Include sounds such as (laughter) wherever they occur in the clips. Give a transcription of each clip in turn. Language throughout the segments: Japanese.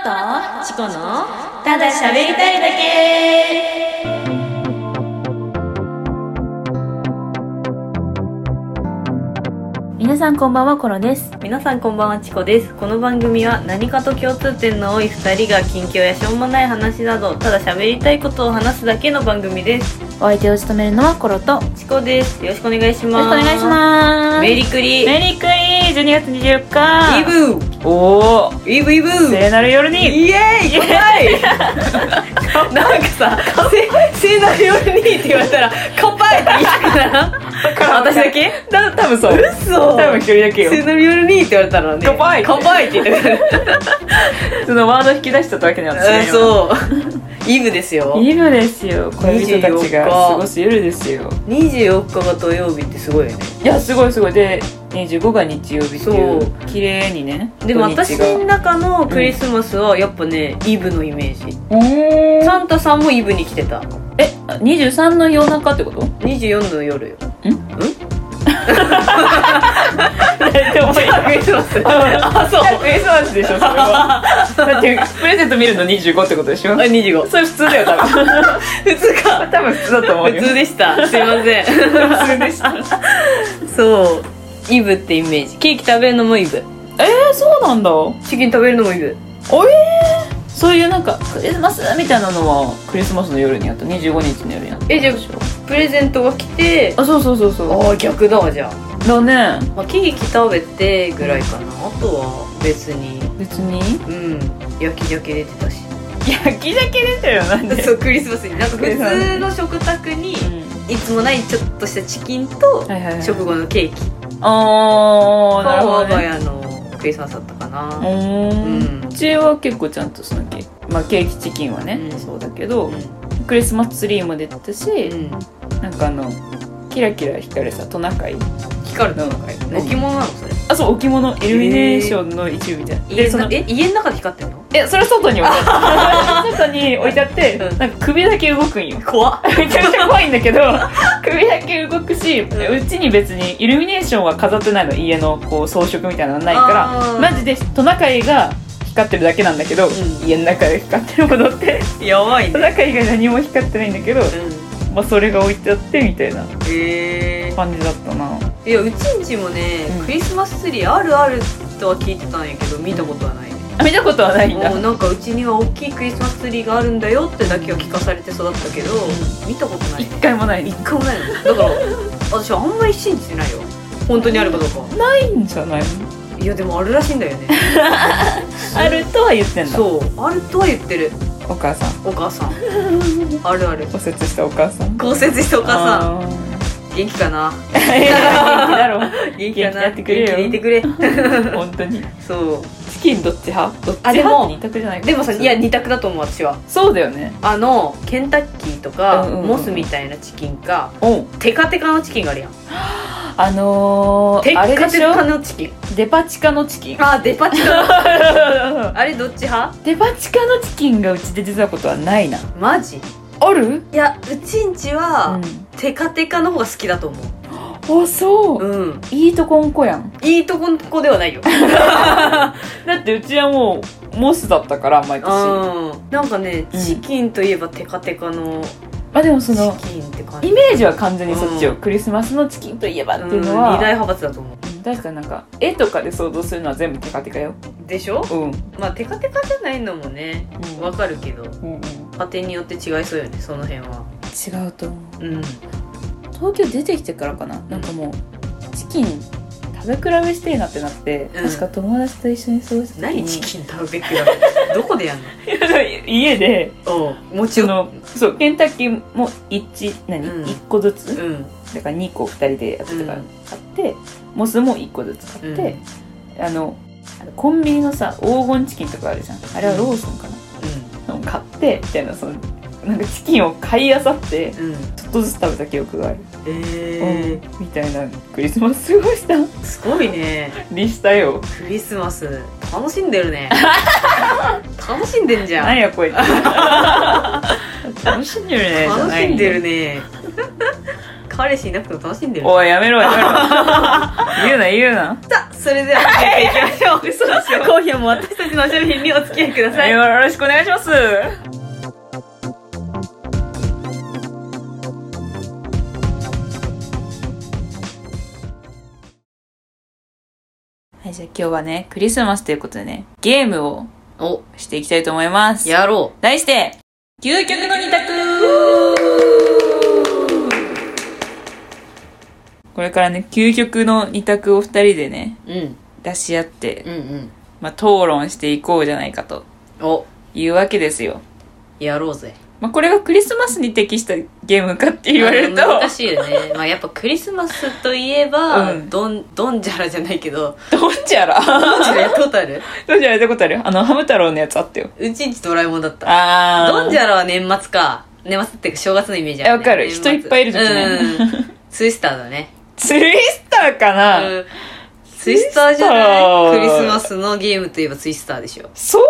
とチコのただ喋りたいだけ皆さんこんばんはコロです皆さんこんばんはチコですこの番組は何かと共通点の多い2人が近況やしょうもない話などただ喋りたいことを話すだけの番組ですお相手を務めるのはコロとよろしチコですよろしくお願いしくまおす願いしますメリクリメリークリー12月24日イブおおイブイブ聖なる夜にイエーイ (laughs) 乾杯なんかさ「せ聖なる夜に」って言われたら「乾杯!」って言いたくならん私だけだ多分そう嘘多分一人だけよ聖なる夜にって言われたらね乾杯乾杯って言ってくれるそのワード引き出しちゃったわけ (laughs) なんうんそうイブですよイブですよ恋人たちが過ごす夜ですよ24日が土曜日ってすごいよねいやすごいすごいで25が日曜日っていそう綺麗にねでも土日私がの中のクリスマスはやっぱね、イブのイメージおーサンタさんもイブに来てたえ23の夜中 (laughs) ってこと24の夜よんんクリスマス (laughs) あそうクリスマスでしょそれはだってプレゼント見るの25ってことでしょあ25それ普通だよ多分普通か (laughs) 多分普通だと思う普よ通でしたすいま (laughs) 普せん通でしたそうイブってイメージケーキ食べるのもイブえー、そうなんだチキン食べるのもイブおえー、そういうなんかクリスマスみたいなのはクリスマスの夜にやった25日の夜にやったえじゃあプレゼントが来てあそうそうそうそああ逆だわじゃあ、うだねまあ、ケーキ食べてぐらいかなあとは別に別にうん焼き鮭出てたし焼き鮭出てるよなんでそうクリスマスになんか普通の食卓にいつもないちょっとしたチキンとはいはいはい食後のケーキああなるがほ我ど、がね、家のクリスマスだったかな、おうーんうちは結構ちゃんとそのケーキ、まあ、ケーキチキンはね、うんそうだけど、クリスマスツリーも出てたし、うんなんかあのキラキラ光るさトナカイ光るの何置物なのそれあそう置物イルミネーションの一部みたいな、家そののえ家の中で光ってんのえそれ外に置いてある外に置いてあってうんなんか首だけ動くんよ怖っめちゃくちゃ怖いんだけど首だけ動くしうちに別にイルミネーションは飾ってないの家のこう装飾みたいなのはないからあーマジでトナカイが光ってるだけなんだけど、ん家の中で光ってるものって (laughs) (laughs) やばいト (laughs) ねナカイ以外何も光ってないんだけど、まあ、それが置いてあってみたいなへえ感じだったないやうちんちもね、うんクリスマスツリーあるあるとは聞いてたんやけど見たことはないねあ見たことはないんだもうなんかうちには大きいクリスマスツリーがあるんだよってだけは聞かされて育ったけど、見たことない一回もない一回もないのだから (laughs) 私あんまり信じてないよ本当にあるかどうかはないんじゃないいやでもあるらしいんだよ (laughs) ねあるとは言ってんだそうあるとは言ってるお母さんお母 (laughs) さんあるある骨折したお母さん骨折したおお母さんん元気かな (laughs) 元気だろ元気かな元気でやってくれよ元気でいてく (laughs) れ本当にそチキンどっち派どっちあで派も二択じゃないうでもさいや二択だと思う私はそうだよねあのケンタッキーとか、うんうんうんモスみたいなチキンかうんテカテカのチキンがあるやんあのテー、あれッカでテしょカのチキンデパ地下のチキ (laughs) ンあデパ地下 (laughs) あれどっち派デパ地下のチキンがうちで出たことはないなマジいあるやうちんちは、テカテカの方が好きだと思うん、あそううううんいいとこんこやんいいとこの子ではないよだってうちはもうモスだったから毎年 (laughs) うんなんかね、うんチキンといえばテカテカのまあでもチそのキンって感じイメージは完全にそっちよ、うんクリスマスのチキンといえばっていうのうんは二大派閥だと思ううん確かになんか絵とかで想像するのは全部テカテカよでしょうん、うんまあテカテカじゃないのもねわかるけどうん、家庭によって違いそうよねその辺は違うと思ううん東京出てきてからかななんかもうチキン食べ比べしてえなってなって、うん確か友達と一緒に過ごした時に何チキン食べべきだどこでやんの (laughs) 家で (laughs) おうもちそろんのそうケンタッキーも1何、うん1個ずつ、うんだから2個2人でやってたからうん買って、モスも1個ずつ買って、あのあのコンビニのさ黄金チキンとかあるじゃんあれはローソンかな、のを買ってみたいなそのなんかチキンを買いあさってうんうんちょっとずつ食べた記憶がある、えうんみたいなクリスマス過ごした (laughs) ー、すごいねりしたよクリスマス楽しんでる (laughs) ね楽しんでんじゃん何やこいつ (laughs) 楽しんでるね楽しんでるねね (laughs) 彼氏いなくても楽しんで (laughs) るおいやめろやめろ言うな言うなさあそれで (laughs) は行きましょう。 (laughs) 嘘でしょ。今夜も私たちの商品にお付き合いください。よろしくお願いします。はい、じゃあ今日はね、クリスマスということでね、ゲームをお、していきたいと思います。やろ題して、究極の二択これからね、究極の二択を二人でね、う。うん。出し合って、うんうん。まあ、討論していこうじゃないかとお、いうわけですよ。やろうぜ。まあ、これがクリスマスに適したゲームかって言われると、あの難しいよ (laughs) ね。まあやっぱクリスマスといえば、うんどん、どんじゃらじゃないけど、どっちやら (laughs) どんじゃらやったことあるどっちやらやったことあるあの、ハム太郎のやつあったよ。うちんちドラえもんだった。あー。ドンジゃャラは年末か。年末っていうか正月のイメージある、ね。えわかる年末人いっぱいいる時ねうん。ツイスターだね。 (laughs) ツイスターかな、うんツイスターじゃないツクイスターリスマスのゲームといえばツイスターでしょ。そ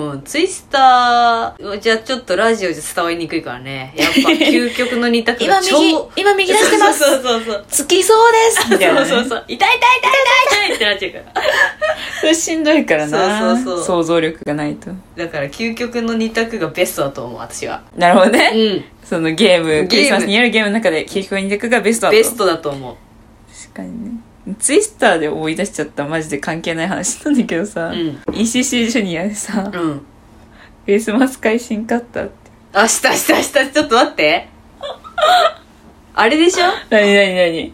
う、うん、ツイスターじゃちょっとラジオじゃ伝わりにくいからね。やっぱ究極の二択が超、今右そうそうそうそう。つきそうですみたいな、そうね。そうそう。痛い痛い痛い痛い痛いってなっちゃうから。それしんどいからな。そうそうそう想像力がないと。だから究極の二択がベストだと思う、私は。なるほどうね。ん。そのゲーム、ムクリスマスにやるゲームの中で、究極二択がベストだと。ベストだと思う。確かにね。ツイスターで思い出しちゃったマジで関係ない話なんだけどさ、うん ECC ジュニアでさ、クうん。リスマス会しんかったって。あ、したしたした、ちょっと待って。あれでしょなになになに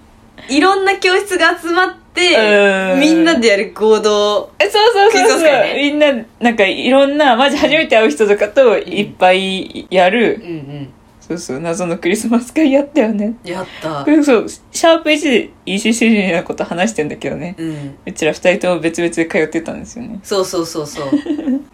いろんな教室が集まっうてん、みんなでやる合同。えそうそうクリそうスそマう、ス会ねみんな、なんかいろんな、マジ初めて会う人とかといっぱいやる、うんうん。そうそう、謎のクリスマス会やったよね。やったこ。れそう、シャープ1で ECC ジュニアのこと話してんだけどね。うん。うちら二人とも別々で通ってたんですよね。そうそうそ (laughs) うそう。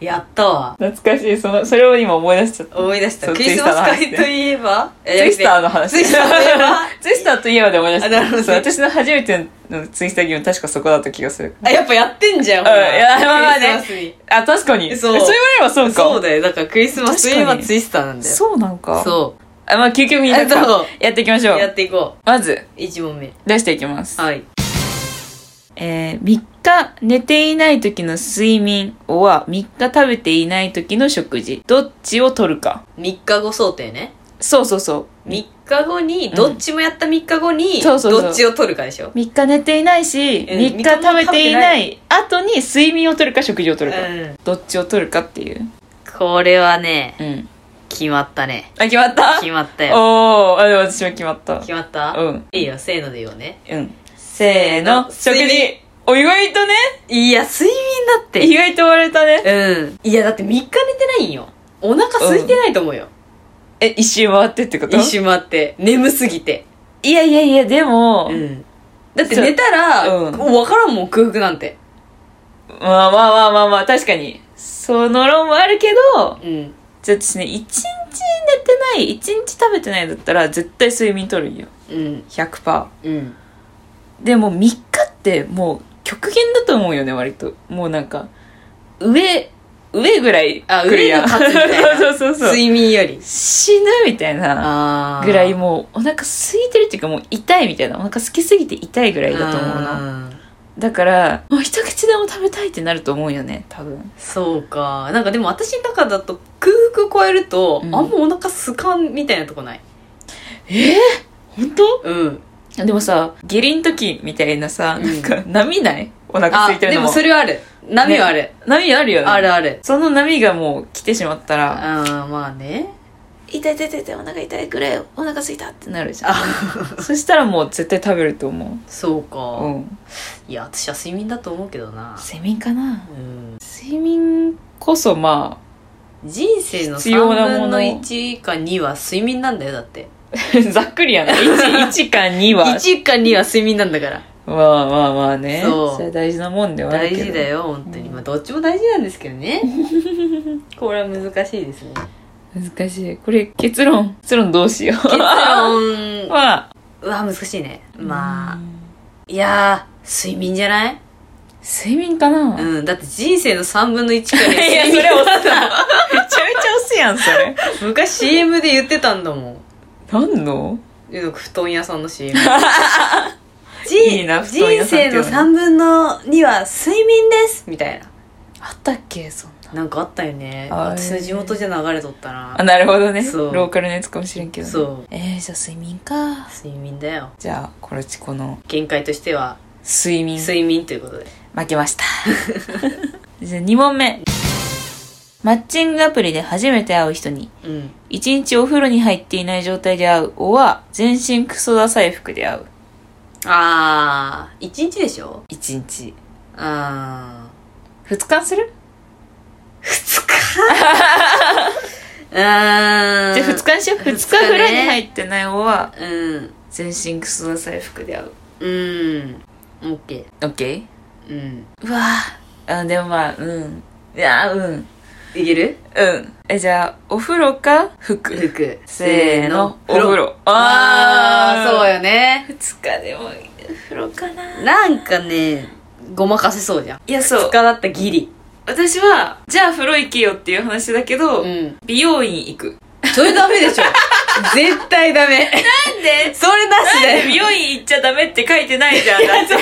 やったわ。懐かしい、その、それを今思い出しちゃった。思い出しそた。うクリスマス会とツイいえばツツイスターの話。ツイスターといえば (laughs) ツイスターといえばで思い出しあなるほどた。そねう私の初めてのツイスターゲーム確かそこだった気がする。あ、やっぱやってんじゃん。うんいやまあまあねクリスあ、確かに。そうそう言われればそマうスに。か。そうだよ。だからクリスマスといえば確かにツイスターなんだよ。そうなんか。そあ、まあ、究極にあそうやっていきましう。ょやっう。ていこまず、う。1問目。出していきます。はい。えー、3日寝ていない時の睡眠、おは3日食べていない時の食事。どっちを取るか。 3日後想定ね。そうそうそう。 3日後に、どっちもやった3日後に、そうそうそうどっちを取るかでしょ。 3日寝ていないし、うん3日食べていない後に睡眠をとるか食事をとるか、うんどっちをとるかっていうこれはね、うん決まったね。あ決まった決まったよ。おおあでも私も決まった決まったうんいいよ、せーので言おうね。うんせーの食睡眠事お意外とねいや、睡眠だっ意。外と割れたねうん。いや、だって3日寝てないんよ。お腹空いてないと思うよ。え一周回ってってこと一周回って。眠すぎて。いやいやいやでも、ん。だって寝たら、そううんもう分からんもん、空腹なんて。まあまあまあまあまあ確かにその論もあるけどうん。じゃあ私ね一日寝てない一日食べてないだったら絶対睡眠とるんようん。 100%うん。でも3日ってもう極限だと思うよね割ともうなんか上上ぐらいあ来るやん上が勝つみたいそ (laughs) なうそうそう睡眠より。死ぬみたいなあぐらいもうお腹空いてるっていうかもう痛いみたいなお腹空きすぎて痛いぐらういだと思うなな。だからもう一口でも食べたいってなると思うよね多分そうか。なんかでも私の中だと空腹超えると、うんあんまお腹すかんみたいなとこない。本当うん。でもさ下痢の時みたいなさ、うんなんか波ないお腹あ、空いてるでのももそれはある。波はある。波あるよねあるある。その波がもう来てしまったらああ、まあね。痛い痛い痛い痛いお腹痛いぐらいお腹空いたってなるじゃんあ、そしたらもう絶対食べると思そううか。うんいや、私は睡眠だと思うけどな。睡眠かなうん。睡眠こそま人生の必要なも3の分の1か2は睡眠なんだよ、だって。あ (laughs) ざっくりやな 1, (laughs) 1か2は1か2は睡眠なんだから。まあまあまあねそうれ大事なもんではあるけ大ど事だよ、本当に。うんまあ、どっちも大事なんですけどね。 (laughs) これは難しいで (laughs) すね。難しいこれ結論結論どうしよ (laughs) 結う論は、はうわ、難しいね。まあ。いやー、睡眠じゃない睡眠かな、めちうん、だって人生の3分の1くらいいや睡そ眠れだったゃめちゃ遅いやんそ (laughs) れ (laughs) 昔 CM で言ってたんだもん。何のなんか布団屋さんの CM。じいいな布団屋 (laughs) 人さんっていう生のの3分の2は睡眠ですみたいなあったっけそんななんかあったよねあー私の地元じゃ流れとったなあなるほどねそうローカルのやつかもしれんけどね、そうえー、じゃあ睡眠か睡眠だよじゃあコロチコの限界としては睡眠睡眠ということで負けました (laughs) じゃあ2問目マッチングアプリで初めて会う人にうん一日お風呂に入っていない状態で会うおは全身クソダサい服で会うあー1日でしょ一日あ二日するー2日うーんじゃあ2日にしよう2日二日ね風呂に入ってないおはうん全身クソダサい服で会ううんオッケ OK? ーうんうわぁあでもまあうんいやーうんいけるうんえじゃあお風呂か服服せーのお風呂ああーーそうよね2日でもお風呂かななんかねごまかせそうじゃんいやそ2う日だったらギリ私はじゃあ風呂行けよっていう話だけど、うん美容院行くそれダメ (laughs) でしょ絶対ダメなんでそれなしだよ美容院行っちゃダメって書いてないじゃんだって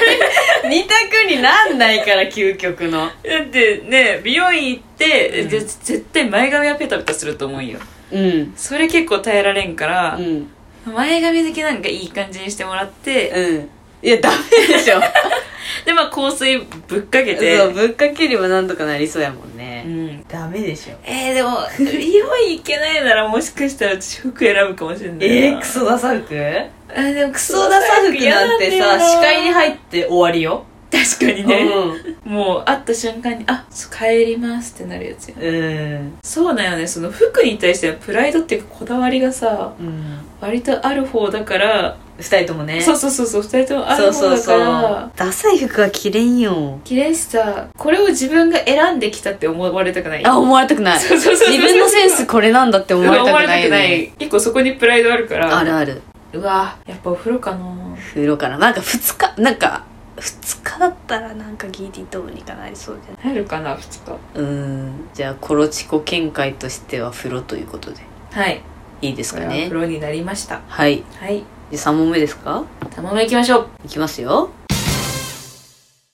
二択になんないから究極のだってね美容院行って、うんぜ絶対前髪はペタペタすると思うようんそれ結構耐えられんからう、ん前髪だけなんかいい感じにしてもらって、うんいやダメで (laughs) しょでまあ香水ぶっかけてそうぶっかければなんとかなりそうやもんうねんダメでしょえー、でも美容院行けないならもしかしたら私服選ぶかもしれないなえー、クソダサ服あーでもククソソダダササ服服嫌なんてさ視界に入って終わりよ、確かにね、もう会った瞬間に「あそう帰ります」ってなるやつやうんそうだよねその服に対してのプライドっていうかこだわりがさうん割とある方だから二人ともねそうそうそうそう2人ともあそるう方そうだかそうらダサい服は着れんよ綺麗しさこれを自分が選んできたって思われたくないあ思われたくないそうそうそうそう自分のセンスこれなんだって思思わわれれたくたくなないい,、よね結構そこにプライドあるからあるあるうわやっぱお風呂かな風呂かななんか2日なんか2日だったらなんかギリどうにかなりそうじゃない入るかな2うーんじゃあコロチコ見解としては風呂ということで日はいいいですそかれはね風呂になりましたはいはいで3問目ですか頼む行きましょういきますよ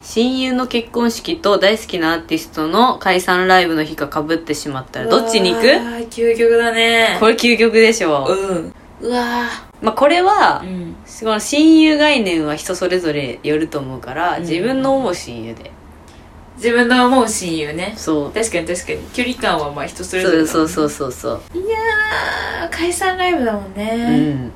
親友の結婚式と大好きなアーティストの解散ライブの日がかぶってしまったらどっちに行うくわー究極だねこれ究極でしょう、うんうわまあ、これは、うんその親友概念は人それぞれよると思うから、うん自分の思う親友で自分の思う親友ねそう確かに確かに距離感はまあ人それぞれそうそううそうそうそう、あー解散ライブだもんうねん、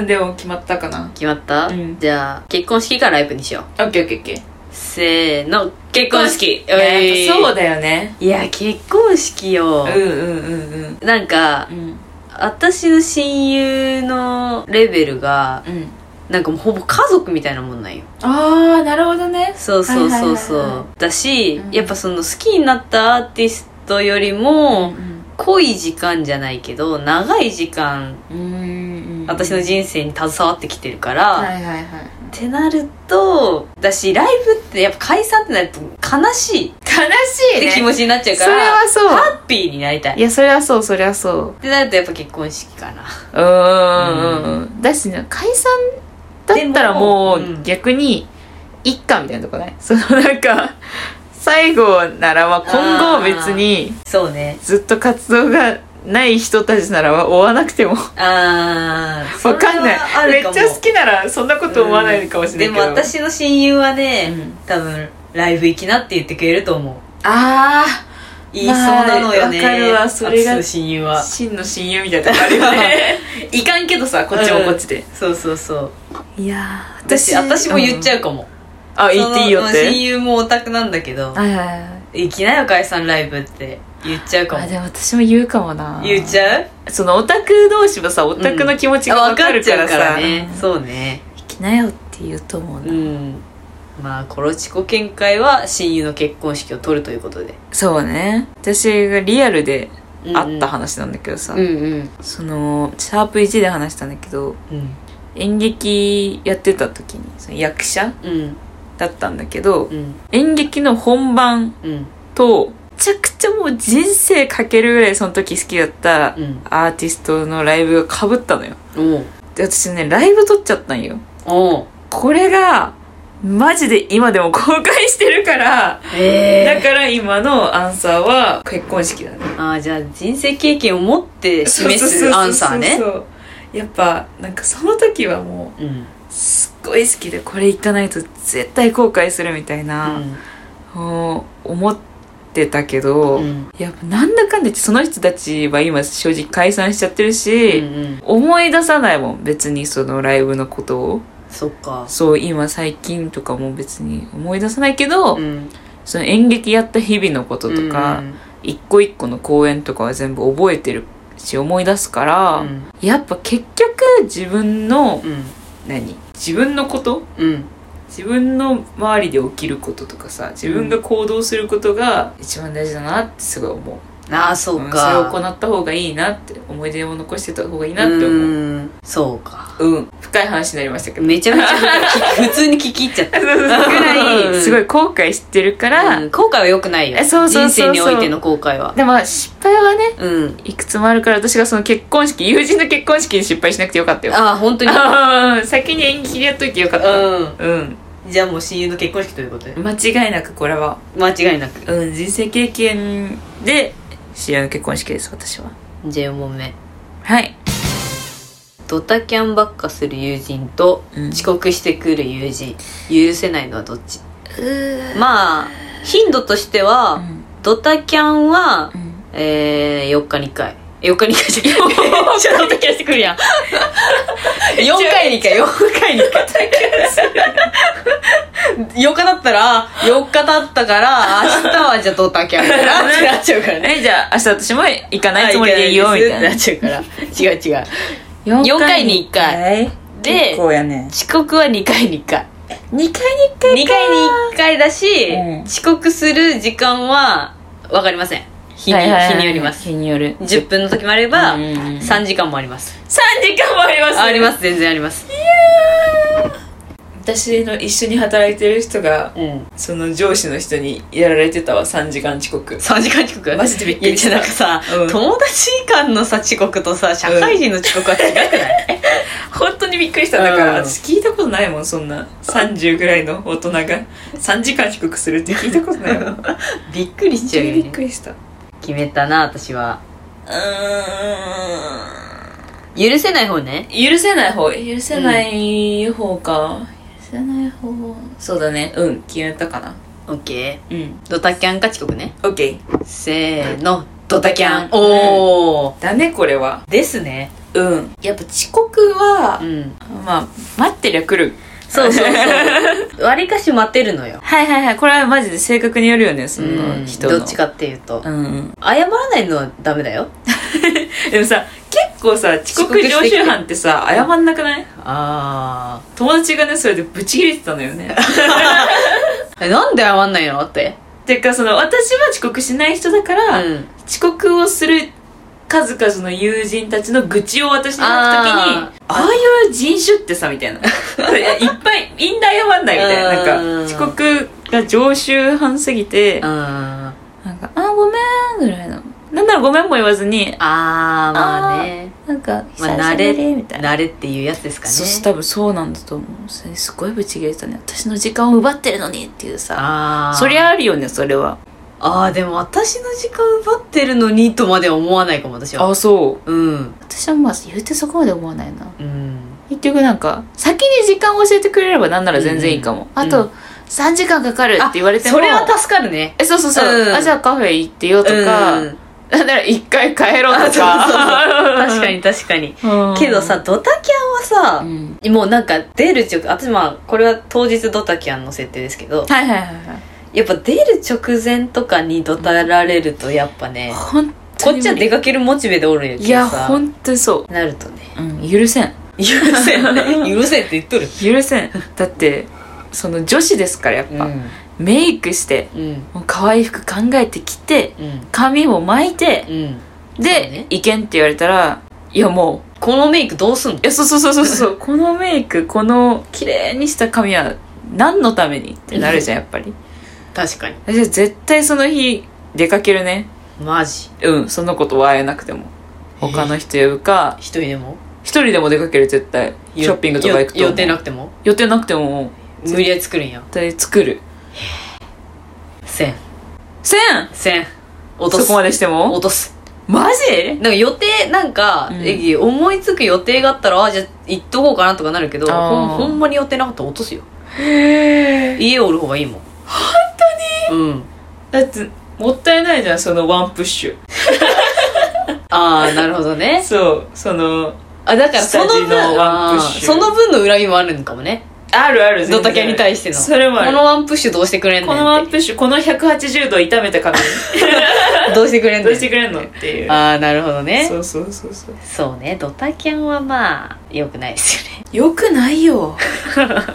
うん、でも決まったかな決まった、うんじゃあ結婚式かライブにしようオッケーオッケーオッケーせーの結婚式いややっぱそううだよねいや結婚式うよん、うんうんうんなんかうん私の親友のレベルがうんなんかもうほぼ家族みたいなもんなんよああなるほどねそうそうそうそう、はいはいはいはだし、うんやっぱその好きになったアーティストよりうも、ん濃い時間じゃないけど長い時間うん私の人生に携わってきてるから、はいはいはいってなるとだしライブってやっぱ解散ってなると悲しいっ悲しいてね気持ちになっちゃうかそれら、はそうハッピーになりたいいやそれはそうそれはそうってなるとやっぱ結婚式かなうーんだしね解散だったらもでもうんう逆にいっかみたいなとこないそのなんか最後ならば今後別にそうねずっと活動がない人たちならば追わなくても (laughs) あーわかんないそれはあめっるちかゃも好きならそんなこと思わないかもしれないけど、でも私の親友はね、うん多分ライブ行きなって言ってくれると思うあ言いそうなのよね、まあわかるわそれが私の親友あは真の親友みたいなとこあるよね (laughs) いかんけどさこっちもこっちで、そうそうそういや私私も言っちゃううかも、んあ言っていいよっその親て友もオタクなんだけどはいはいはい「行きなよ解散ライブ」って言っちゃうかあもでも私も言うかもな言っちゃうそのオタク同士もさオタクの気持ちがあ分分かかっるちかゃうらかさらねそうね「行きなよ」って言うと思ううな、んまあコロチコ見解は親友の結婚式を取るということでそうね私がリアルで会ったは話なんだけどさ、うんうんそのシャープ1で話したんだけどうん演劇やってた時にその役者うんだったんだけどうん演劇の本番うんとめちゃくちゃもう人生かけるぐらいその時好きだったうんアーティストのライブがかぶったのよおうで私ねライブ撮っちゃったんよおうこれがマジで今でも後悔してるからだええから今のアンサーは結婚式だねああじゃあ人生経験を持って示すアンサーそねうそうそうそうやっぱなんかその時はもうんうんうすっごい好きでこれ行かないと絶対後悔するみたいな、もう思ってたけど、うんやっぱなんだかんだ言ってその人たちは今正直解散しちゃってるうし、ん思い出さないもん別にそのライブのことをそっかそう今最近とかも別に思い出さないけど、うんその演劇やった日々のこととか、一個一個の公演とかは全部覚えてるし思い出すから、うんやっぱ結局自分のうん何自分のことうん自分の周りで起きることとかさ自分が行動することが一番大事だなってすごい思う、ああそううんそれかを行った方がいいなって思い出を残してた方がいいなって思ううん、んそうか深い話になりましたけどめちゃめちゃ普通に聞き入っちゃ (laughs) ったぐらいすごい後悔してるから、うん後悔は良くないよえそうそうそうそう人生においての後悔はでも失敗はねうんいくつもあるから私がその結婚式友人の結婚式に失敗しなくてよかったよああ本当にあー先に演劇でやっといてよかったううん、んじゃあもう親友の結婚式ということで間違いなくこれは間違いなくうん人生経験で知り合いの結婚式です私はじゃあ4問目はいドタキャンばっかする友人とうん遅刻してくる友人許せないのはどっちうまあ頻度としては、んドタキャンはう、んえー、4日に1回4日に1回じゃ (laughs) ないちょっとドタキャンしてくるやん (laughs) 4回に1回4回に1回4日だったら4日経ったから明日はじゃあドタキャンかなって (laughs) なっちゃうからねえじゃあ明日私も行かないつもりでいいよみたいなっちゃうから違う違う4回に1回で結構やね遅刻は2回に1回2回に1 2回回に1回だし、うん遅刻する時間は分かりません日に,、はいはいはい日によります日による10分の時もあれば、うんうんうん3時間もあります3時間もありますあります全然あります私の一緒に働いてる人がうんその上司の人にやられてたわ3時間遅刻3時間遅刻マジでびっくりしたいやじゃあなんかさ、うん友達間のさ遅刻とさ社会人の遅刻は違くない、 (laughs) 本当にびっくりしただから、うん私聞いたことないもんそんな30ぐらいの大人が3時間遅刻するって聞いたことないもん本びっくりしち当ゃうによびっねくりしたう決めたな私はー許せない方ねん許せない方許せない方か、許せない方そうだねうん決めたかな OK うんドタキャンか遅刻ね OK せーのドタキャンうんおおだねこれはですねうんやっぱ遅刻はう、んまあ待ってりゃ来るそうそうそう。 (laughs) わりかし待てるのよ。はいはいはいこれはマジで性格によるよねそうんの人のどっちかっていうと。うん謝らないのはダメだよ。でもさ結構さ遅刻常習犯ってさ謝んなくないあ友達がねそれでブチ切れてたのよ (laughs) ねあ。え、なんで謝んないのって。てかその私は遅刻しない人だから、うん。遅刻をする数々の友人たちの愚痴を私に言あくーときにああいう人種ってさみたいないやいっぱいみんな謝んないみたいなうなんかん遅刻が常習犯すぎてあなんか「あごめん」ぐらいのなんなら「ごめん」も言わずにあ、まあね。 「なんか久まあ、慣しぶり」みたれ、いな慣れっていうやつですかね。そし多分そうなんだと思うそれすごいブチ切れてたね私の時間を奪ってるのにっていうさああ。そりゃあるよねそれはああ、でも私の時間奪ってるのにとまでは思わないかも、私は。そううん。私はまあ言うてそこまで思わないなうん。結局なんか先に時間を教えてくれればなんなら全然いいかも、うんあと3時間かかるって言われてもそれは助かるね。えそうそうそう、うんあじゃあカフェ行ってよとか、うんなんなら一回帰ろうとか (laughs) 確かに確かに。うんけどさ、ドタキャンはさ、うんもうなんか出る直私まあこれは当日ドタキャンの設定ですけどはいはいはいはいやっぱ出る直前とかにドタられるとやっぱね、本当こにっちは出かけるモチベでおるんやけいどやさ本当にそなるとねう、うん、許せん (laughs) 許せ (laughs) ん許せんって言っとる許せんだってその女子ですからやっうんうぱ、メイクしてんもう可愛い服考えてきてうん髪も巻いてうんで、そうねいけんって言われたらいやもうこのメイクどうすんのいやそうそうそうそうそうこのメイクこの綺麗にした髪は何のためにってなる (laughs) じゃんやっぱり確かに私は絶対その日出かけるねマジうんその子とは会えなくても他の人呼ぶか一人でも一人でも出かける絶対ショッピングとか行くとよ予定なくても予定なくても無理やり作るんや絶対作る1000 1000 1000落とそすこまでしても落とすマジなんか予定なんか、うんえ思いつく予定があったらあじゃあ行っとこうかなとかなるけどあーほんほんまに予定なかったら落とすよ家おる方がいいもん本当にうんだってもったいないじゃんそのワンプッシュああなるほどねそうそのあだからその下地の分ワンあプッーシュその分の恨みもあるのかもねあるある全然ドタキャンに対してのそれもあこるのワンプッシュどうしてくれんねんこのワンプッシュこの180度痛めた (laughs) 髪 (laughs) どうしてくれんどねうしてんくれんのっていうああなるほどねそうそうそうそうそうねドタキャンはまあ良くないですよよくない (laughs) よ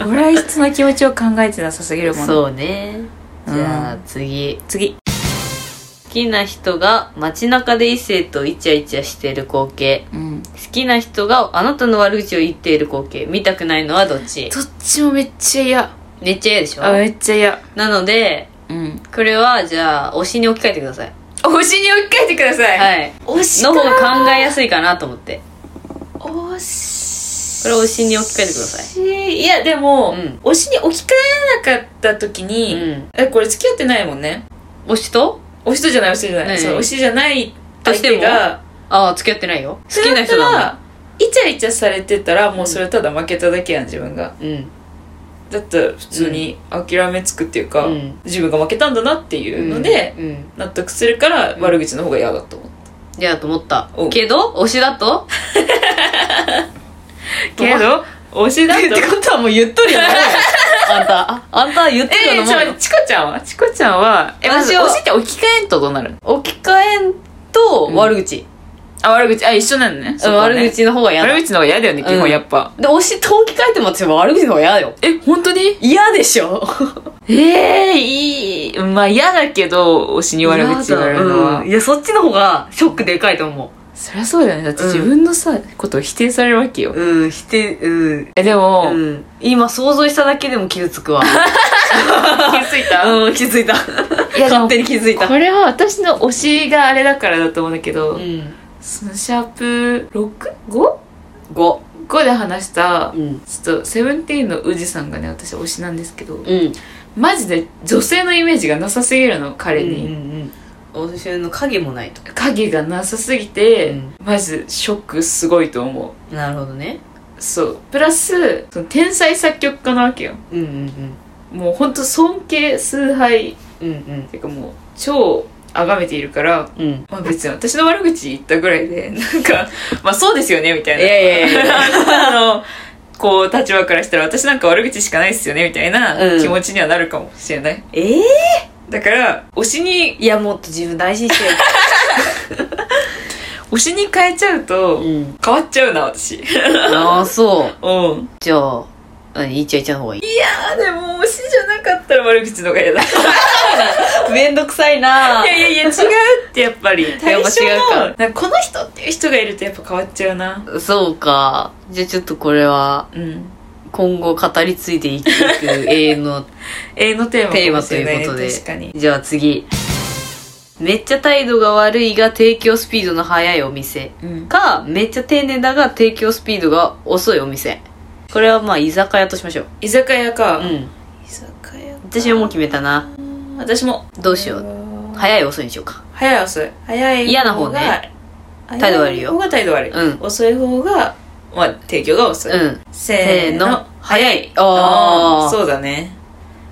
俺は質の気持ちを考えてなさすぎねるもんそうねじゃあうん次次好きな人が街中で異性とイチャイチャしてる光景うん好きな人があなたの悪口を言っている光景見たくないのはどっちどっちもめっちゃ嫌めっちゃ嫌でしょあめっちゃ嫌なのでうんこれはじゃあ推しに置き換えてください推しに置き換えてくださいいはい推しのか方が考えやすいかなと思って推しこれ推しに置き換えてくださいいやでも、うん推しに置き換えなかった時に、うんえこれ付き合ってないもんね推しと推しとじゃない推しとじゃない、はいそう推しじゃないとしてもがああ付き合ってないよ好きな人だもんだったらイチャイチャされてたらもうそれただ負けただけやん自分がうんだったら普通に諦めつくっていうか、うん自分が負けたんだなっていうので、うんうん納得するから悪口の方が嫌だと思う嫌だと思ったおけど推しだ (laughs) とけど推しだとってことはもう言っとるよね (laughs) あんたああんた言ってるえようー、なちもんょよチコちゃんはチコちゃんはえまず私は推しって置き換えんとどうなるの置き換えんと悪口、あ悪口あ一緒なのねそこはね悪口の方が嫌だ悪口の方が嫌だよね基うん本やっぱ、で推しと置き換えても私は悪口の方が嫌だよえ本当に嫌でしょええいいまあ嫌だけど推しに悪口言われるのは、うんいやそっちの方がショックでかいと思そりゃそうだよねだってうん自分のさ、ことを否定されるわけよ、ううん否定うんえでも、うん、今想像しただけでも傷つくわ気づいた、 (laughs) うん気づいたいやでも (laughs) 勝手に気づいたこれは私の推しがあれだからだと思うんだけど、うんそのシャープ 6?5?5 5で話した、うんちょっとセブンティーンの宇治さんがね私推しなんですけど、うんマジで女性のイメージがなさすぎるの彼に、うんうんうん、私の影もないと影がなさすぎて、うんマジショックすごいと思うなるほどねそうプラスその天才作曲家なわけようんうんもうほんと尊敬崇拝っうんうんていうかもう超崇めているからうんうんまあ別に私の悪口言ったぐらいで (laughs) なんかまあそうですよねみたいいなやいやいやいや (laughs) あのこう立場からしたら私なんか悪口しかないですよねみたいなうん気持ちにはなるかもしれない、ええだから推しにいやもっと自分大事にしてよ、推しに変えちゃうとうん、変わっちゃうな私 (laughs) ああそううんじゃあ何イチャイチャの方がいいあでも推しじゃなかったら悪口の方が嫌だ (laughs) いめんどくさいなやいやいや違うってやっぱりやっ (laughs) 対ぱ象違うかのなんかこの人っていう人がいるとやっぱ変わっちゃうなそうか。じゃあちょっとこれは、うん今後語り継いでいく永遠の。永遠のテーマかもしれなテーマということで確かにじゃあ次。めっちゃ態度が悪いが提供スピードの速いお店。うんか、めっちゃ丁寧だが提供スピードが遅いお店。これはまあ居酒屋としましょう。居酒屋か、うん。居酒屋か私はもう決めたな。私もどうしよう。う早い遅いにしようか。早い遅い早い嫌な方ね態度悪いよ方が態度悪い、うん遅い方がまあ提供が遅い、うん。せーのせーの早いあーそうだね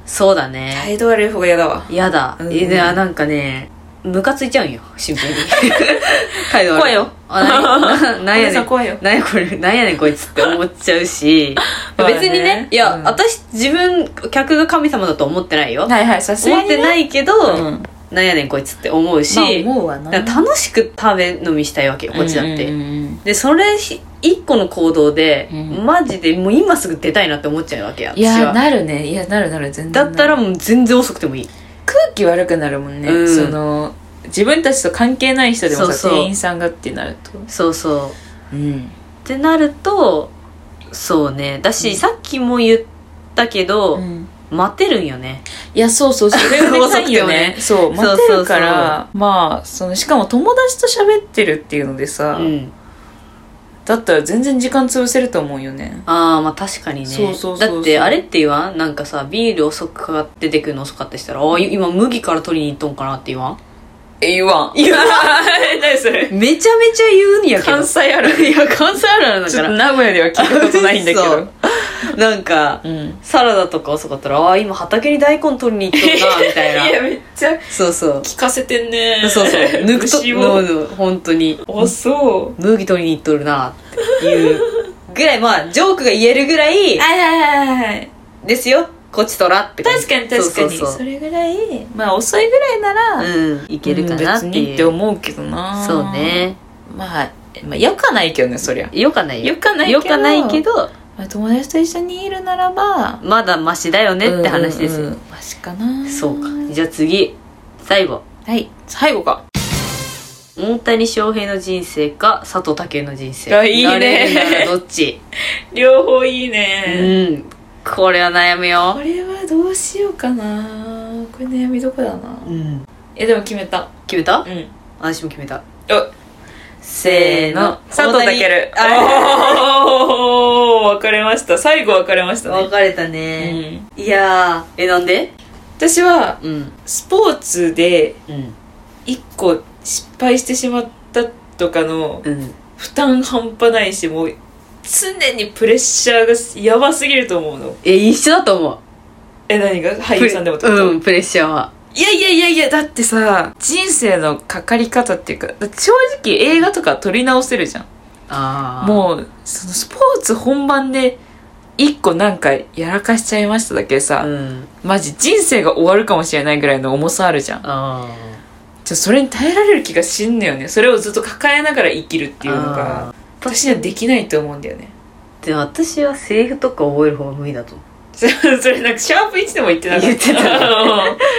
そうだね。態度悪い方が嫌だわやだ。うんいや、なんかね、ムカついちゃうんよ。シ (laughs) ンプルに。態度怖悪い。いよあ。な (laughs) ななんお姉やねさんん。怖いよ。なんやこれ、なんやねんこいつって思っちゃうし (laughs) まあね別にね、いや、うん私、自分、客が神様だと思ってないよ。はいはいさす思っていないけど、うんなんやねんこいつって思うし、まあ思うわなだから楽しく食べ飲みしたいわけよ、こっちだって。うんうんで、それし、一個の行動で、うんマジでもう今すぐ出たいなって思っちゃうわけや、い私やは。なるねいやなるなる全然だったらなるもう全然遅くてもいい。空気悪くなるもんね、うんその自分たちと関係ない人でもさそうそう店員さんがってなるとそうそうう。んってなると、そうね。だし、さっきも言ったけど、待てるんよね。いや、そうそう、それがでかいよね。 (laughs) そう、そう待てるから、まあ、その、しかも友達と喋ってるっていうのでさ、うん。だったら全然時間潰せると思うよねああまあ確かにねそうそうそうそうだってあれって言わんなんかさビール遅くかかって出てくるの遅かったりしたら「ああ今麦から取りに行っとんかな」って言わんえ言わん言わん (laughs) 何それめちゃめちゃ言うんやけど関西ある (laughs) いや関西あるあるだちかょっとら名古屋では聞いたことないん (laughs) だけどそうなんかうんサラダとか遅かったら「ああ今畑に大根取りに行っとんな」みた (laughs) いなめっちゃそうそう聞かせてんねそうそう (laughs) 抜くと牛もをう本当にあそう麦取りに行っとるなっていうぐらいまあジョークが言えるぐらいはいはいはいはいですよこっちとらって感じ確かに確かにそうそうそうれぐらいまあ遅いぐらいなら、うんいけるかなってうん別にいっうて思うけどなそうねまあ、まあ、よかないけどねそりゃよかないよよかないけどよかないけどまあ友達と一緒にいるならばまだマシだよねって話でうすんよ、うんマシかなそうかじゃあ次最後はい最後か大谷翔平の人生か佐藤健の人生あいいねなれるならどっち両方いいうね、んこれは悩むこよれはどうしようかなこれ悩みどこだなうんえでも決めた決めたうん私も決めたおせーの佐藤健おお分かれました最後分かれました分ねかれたうね、んいやーえなんで私はうんスポーツでうん一個失敗してしまったとかのうん負担半端ないしもう常にプレッシャーがやばすぎると思うのえ一緒だと思うえ何が俳プ優レさんでもってこと、うんプレッシャーはいやいやいやいやだってさ人生のかかり方っていうかだって正直映画とか撮り直せるじゃんあももうそのスポーツ本番で一個なんかやらかしちゃいましただけでさ、ううんマジ人生が終わるかもしれないぐらいの重さあるじゃんあちょそれに耐えられる気がしんのよねそれをずっと抱えながら生きるっていうのあが私にはできないと思うんだよねーでも私はセリフとか覚える方が無理だと思 (laughs) うそれなんかシャープ1でも言ってなかった言ってたう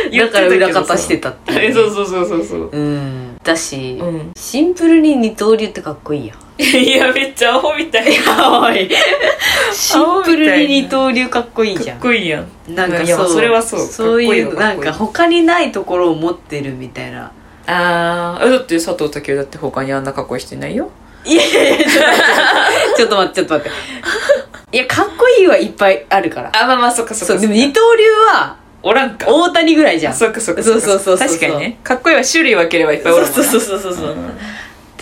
ん (laughs) 言だってたかけらど裏方してたってい (laughs) うそうそうそうそうそううんだし、うん、シンプルに二刀流ってかっこいいやいやめっちゃアホみたいんシンプルに二刀流かっこいいじかゃっんこいいやんなんかいやそうそれはそうそういかうっこいいなよんか他にないところを持ってるみたい (laughs) なあーだって佐藤健だって他にあんな格好してないよいやいやいやちょっと待ってちょっと待ってちょっと待っていやかっこいいはいっぱいあるからあまあまあそっかそっかそうでも二刀流はおらんか大谷ぐらいじゃんそっかそっかそうそうそうそう確かにねかっこいいは種類分ければいっぱいおるもんなそうそうそうそうそううん (laughs) っ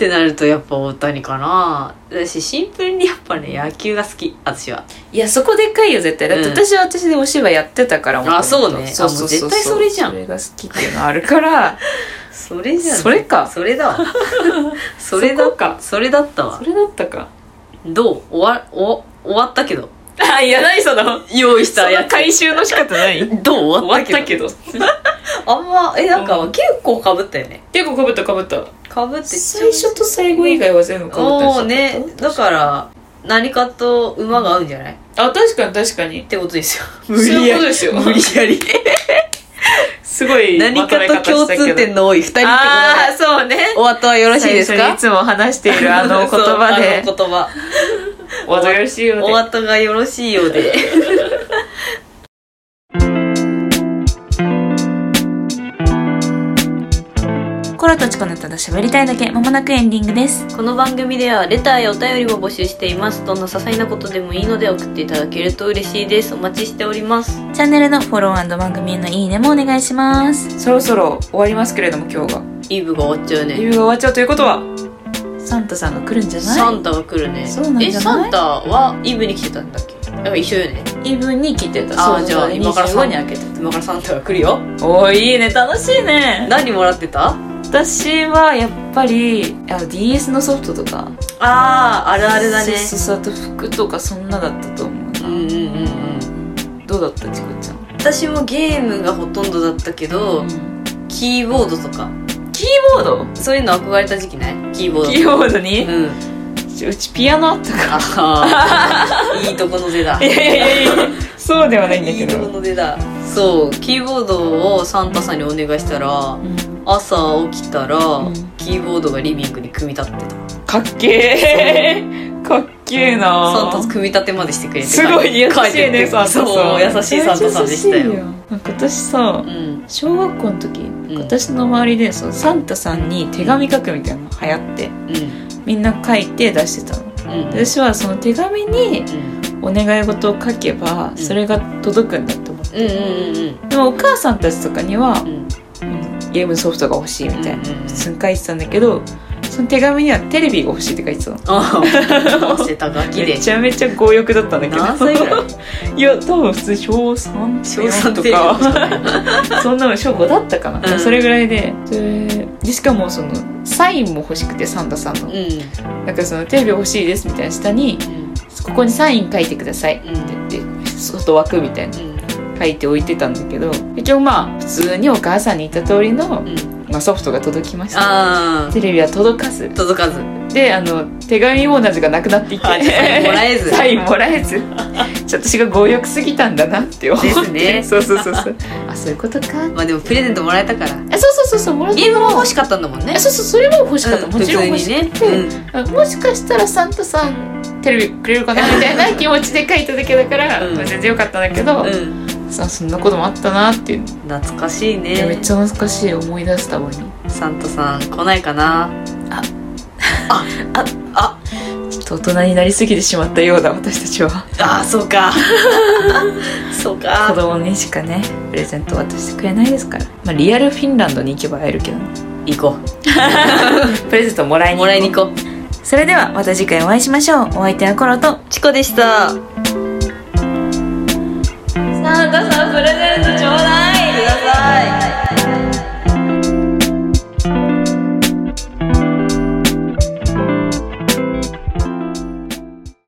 てなるとやっぱ大谷かなだしシンプルにやっぱね野球が好き私はいやそこでっかいよ絶対だってうん私は私でお芝居やってたからもともとあそうねそうそうあもう絶対それじゃんそれが好きっていうのあるからそれじゃんそれかそれだわ (laughs) それだそこかそれだったわそれだったかどう終わお終わったけどあいやないその用意しそたのやつ回収の仕方ないどう終わっ終わたっけどたけどあんまえなんかうん結構かぶったよね結構かぶったかぶったかぶって最初と最後以外は全部かぶったりしおたおねだから何かと馬が合うんじゃない、っあ確かに確かにてことですよ無理やりそういうことですよ無理やすごいり何かと共通点のの多い二人ってことでああーそうねお後はよろしいです最初にかいつも話しているあの言葉でそうあの言葉「お後がよろしいようおで後がよろしいようでコロとチコのただ喋りたいだけまもなくエンディングです (laughs) この番組ではレターやお便りも募集していますどんな些細なことでもいいので送っていただけると嬉しいですお待ちしておりますチャンネルのフォロー番組へのいいねもお願いしますそろそろ終わりますけれども今日がイブが終わっちゃうイねブが終わっちゃうということはサンタさんが来るんじゃないサンタが来るねそうなんじゃないえサンタはイブに来てたんだっけやっぱ一緒よねイブに来てたあーそうじゃあそう今から25に開けて今からサンタが来るよおおいいね楽しいね何もらってた私はやっぱりあ DS のソフトとかあーあるあるだねそうそうそうあと服とかそんなだったと思うな、うんうんうんうんどうだったチコちゃん、私もゲームがほとんどだったけど、キーボードとかキーボードそういうの憧れた時期ないキーボードキーボードに、うん (laughs) うちピアノあったかあーいいとこの出だらいやいやいやいやそうではないんだいけいとこどの出だそうキーボードをサンタさんにお願いしたら朝起きたら、んキーボードがリビングに組み立ってたかっけーかっけーサなンタ組み立てまでしてくれてすごい優しい書ねてくれサンタてさんそう優しいサンタさんでしたよなんか私さうん小学校の時、ん私の周りでそのサンタさんに手紙書くみたいなの流行ってうんみんな書いて出してたのうんで私はその手紙にお願い事を書けばんそれが届くんだって思って、うんうんうんでもお母さんたちとかにはうんゲームソフトが欲しいみたいなうんうんうん普通に書いてたんだけどその手紙にはテレビが欲しいって書いてたの (laughs) ああ背高きでめちゃめちゃ強欲だったんだけど何歳ぐらいいや多分普通小3小4とか (laughs) そんなの小5だったかな、うんそれぐらいでそれでしかもそのサインも欲しくてサンタさんの、うんなんかその「テレビ欲しいです」みたいな下に「ここにサイン書いてください」って言って外枠みたいな書いておいてたんだけど一応まあ普通にお母さんに言った通りの、まあ、ソフトが届きましたああテレビは届かず届かずであの手紙も同じがなくなっていてあじゃあサインもらえ (laughs) ずサインもらえずちょっと私が強欲すぎたんだなって思ってですねそうそうそうそうあそういうことかまあでもプレゼントもらえたからあそうそうそうそうもらったゲームも欲しかったんだもんねえそうそうそれも欲しかった、うもちろん普欲通しにねくて、あもしかしたらサンタさんテレビくれるかなみたいな気持ちで書いただけだから、うんまあ全然よかったんだけど、うんうんさそんなこともあったなっていう、懐かしいいやめっねちゃ懐かしい思い出したわにサンタさん来ないかなちょっと大人になりすぎてしまったようだ私たちはああそうか (laughs) そう子か供にしかねプレゼント渡してくれないですから、まあ、リアルフィンランドに行けば会えるけどね行こプレゼントもらいうにもらいに行こうそれではまた次回お会いしましょうお相手はコロとチコでしたサンタさん